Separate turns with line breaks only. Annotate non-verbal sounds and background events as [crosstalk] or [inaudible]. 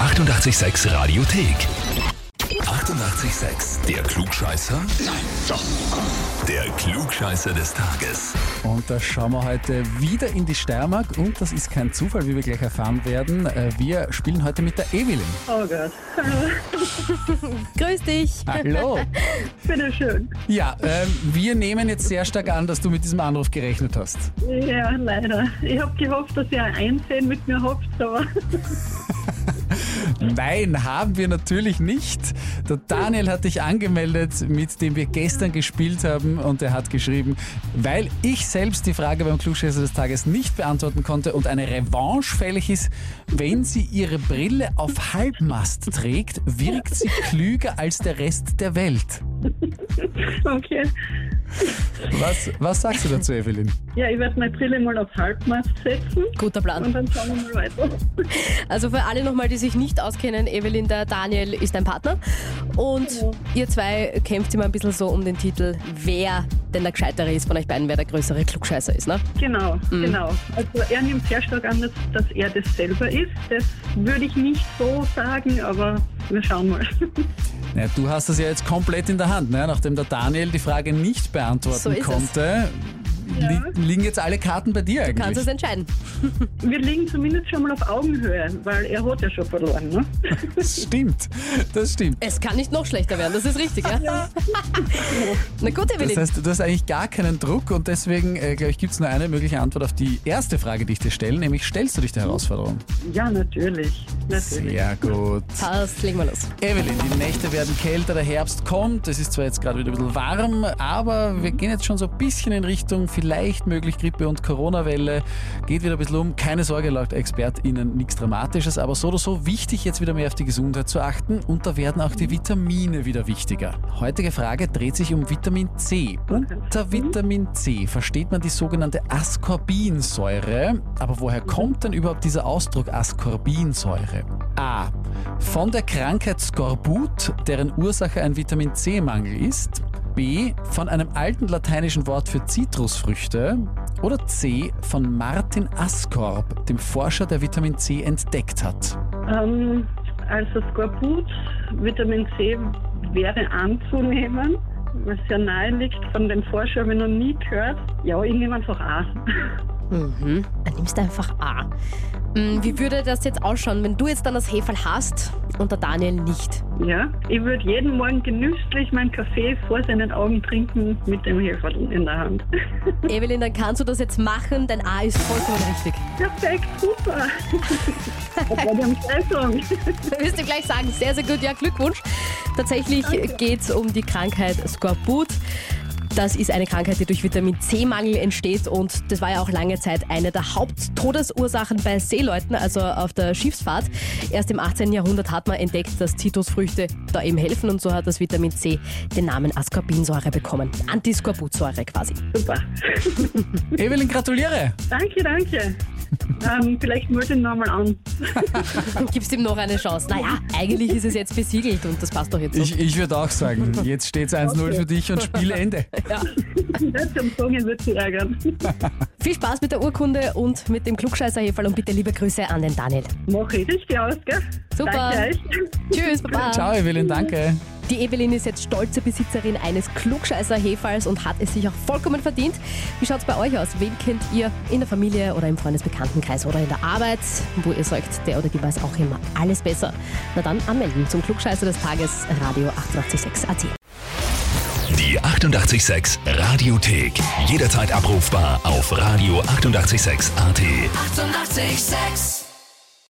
886 Radiothek. 88,6. Der Klugscheißer? Nein, doch. Der Klugscheißer des Tages.
Und da schauen wir heute wieder in die Steiermark und das ist kein Zufall, wie wir gleich erfahren werden. Äh, Wir spielen heute mit der Evelyn.
Oh Gott. Hallo.
Grüß dich.
Hallo.
Bitteschön.
Ja, ähm, wir nehmen jetzt sehr stark an, dass du mit diesem Anruf gerechnet hast.
Ja, leider. Ich habe gehofft, dass ihr ein Einsehen mit mir habt, aber [laughs]
Nein, haben wir natürlich nicht. Der Daniel hat dich angemeldet, mit dem wir gestern gespielt haben und er hat geschrieben, weil ich selbst die Frage beim Klugscheißer des Tages nicht beantworten konnte und eine Revanche fällig ist, wenn sie ihre Brille auf Halbmast trägt, wirkt sie klüger als der Rest der Welt.
okay.
Was, was sagst du dazu, Evelyn?
Ja, ich werde meine Brille mal auf Halbmast setzen
Guter
und
Plan.
dann schauen wir mal weiter.
Also für alle nochmal, die sich nicht auskennen, Evelyn, der Daniel ist dein Partner. Und ihr zwei kämpft immer ein bisschen so um den Titel, wer denn der Gescheitere ist von euch beiden, wer der größere Klugscheißer ist. Ne?
Genau, genau. Also er nimmt sehr stark an, dass, dass er das selber ist. Das würde ich nicht so sagen, aber wir schauen mal. [laughs]
Na, du hast das ja jetzt komplett in der Hand, ne? nachdem der Daniel die Frage nicht beantworten
So ist es.
konnte. Li liegen jetzt alle Karten bei dir eigentlich?
Kannst du es entscheiden?
Wir liegen zumindest schon mal auf Augenhöhe, weil er hat ja schon verloren, ne?
Das stimmt, das stimmt.
Es kann nicht noch schlechter werden, das ist richtig. Ja? [laughs] Na gut, Evelyn.
Das heißt, du hast eigentlich gar keinen Druck und deswegen, äh, glaube ich, gibt es nur eine mögliche Antwort auf die erste Frage, die ich dir stelle, nämlich stellst du dich der Herausforderung?
Ja, natürlich. Natürlich.
Sehr gut.
Passt, legen wir los.
Evelyn, die Nächte werden kälter, der Herbst kommt. Es ist zwar jetzt gerade wieder ein bisschen warm, aber wir gehen jetzt schon so ein bisschen in Richtung vielleicht möglich Grippe und Corona-Welle. Geht wieder ein bisschen um. Keine Sorge, laut ExpertInnen nichts Dramatisches, aber so oder so wichtig, jetzt wieder mehr auf die Gesundheit zu achten. Und da werden auch die Vitamine wieder wichtiger. Heutige Frage dreht sich um Vitamin C. Unter Vitamin C versteht man die sogenannte Ascorbinsäure. Aber woher kommt denn überhaupt dieser Ausdruck Ascorbinsäure? A. Von der Krankheit Skorbut, deren Ursache ein Vitamin C-Mangel ist. B. Von einem alten lateinischen Wort für Zitrusfrüchte. Oder C. Von Martin Askorb, dem Forscher, der Vitamin C entdeckt hat.
Ähm, also Skorbut, Vitamin C wäre anzunehmen, was ja nahe liegt von dem Forscher, habe ich noch nie gehört. Ja, ich nehme einfach A.
Mhm. Dann nimmst du einfach A. Hm, Wie würde das jetzt ausschauen, wenn du jetzt dann das Heferl hast und der Daniel nicht?
[laughs] Ja, ich würde jeden Morgen genüsslich meinen Kaffee vor seinen Augen trinken mit dem Heferl in der Hand. [laughs]
Evelyn, dann kannst du das jetzt machen, dein A ist vollkommen richtig.
Perfekt, super. Das war die Umschreibung.
Da wirst du gleich sagen, sehr, sehr gut, ja, Glückwunsch. Tatsächlich geht es um die Krankheit Skorbut. Das ist eine Krankheit, die durch Vitamin C-Mangel entsteht und das war ja auch lange Zeit eine der Haupttodesursachen bei Seeleuten, also auf der Schiffsfahrt. Erst im 18. Jahrhundert hat man entdeckt, dass Zitrusfrüchte da eben helfen und so hat das Vitamin C den Namen Ascorbinsäure bekommen. Antiskorbutsäure quasi. [laughs]
Super.
Evelyn, gratuliere!
Danke, danke. Ähm, vielleicht melde ich ihn nochmal an.
Gibst ihm noch eine Chance. Naja, eigentlich ist es jetzt besiegelt und das passt doch jetzt so.
Ich, ich würde auch sagen, jetzt steht es 1-0 für dich und Spielende.
Ja.
Das am Song wird sie ärgern.
Viel Spaß mit der Urkunde und mit dem Klugscheißer-Heferl und bitte liebe Grüße an den Daniel.
Mache ich richtig aus, gell?
Super.
Danke euch.
Tschüss,
[laughs]
Baba.
Ciao, Evelyn, danke.
Die Evelyn ist jetzt stolze Besitzerin eines Klugscheißer-Hefers und hat es sich auch vollkommen verdient. Wie schaut's bei euch aus? Wen kennt ihr in der Familie oder im Freundesbekanntenkreis oder in der Arbeit, wo ihr sagt, der oder die weiß auch immer alles besser? Na dann anmelden zum Klugscheißer des Tages, Radio 886 AT.
Die 88,6 Radiothek. Jederzeit abrufbar auf radio886.at. 88,6.
Eighty-eight, sex.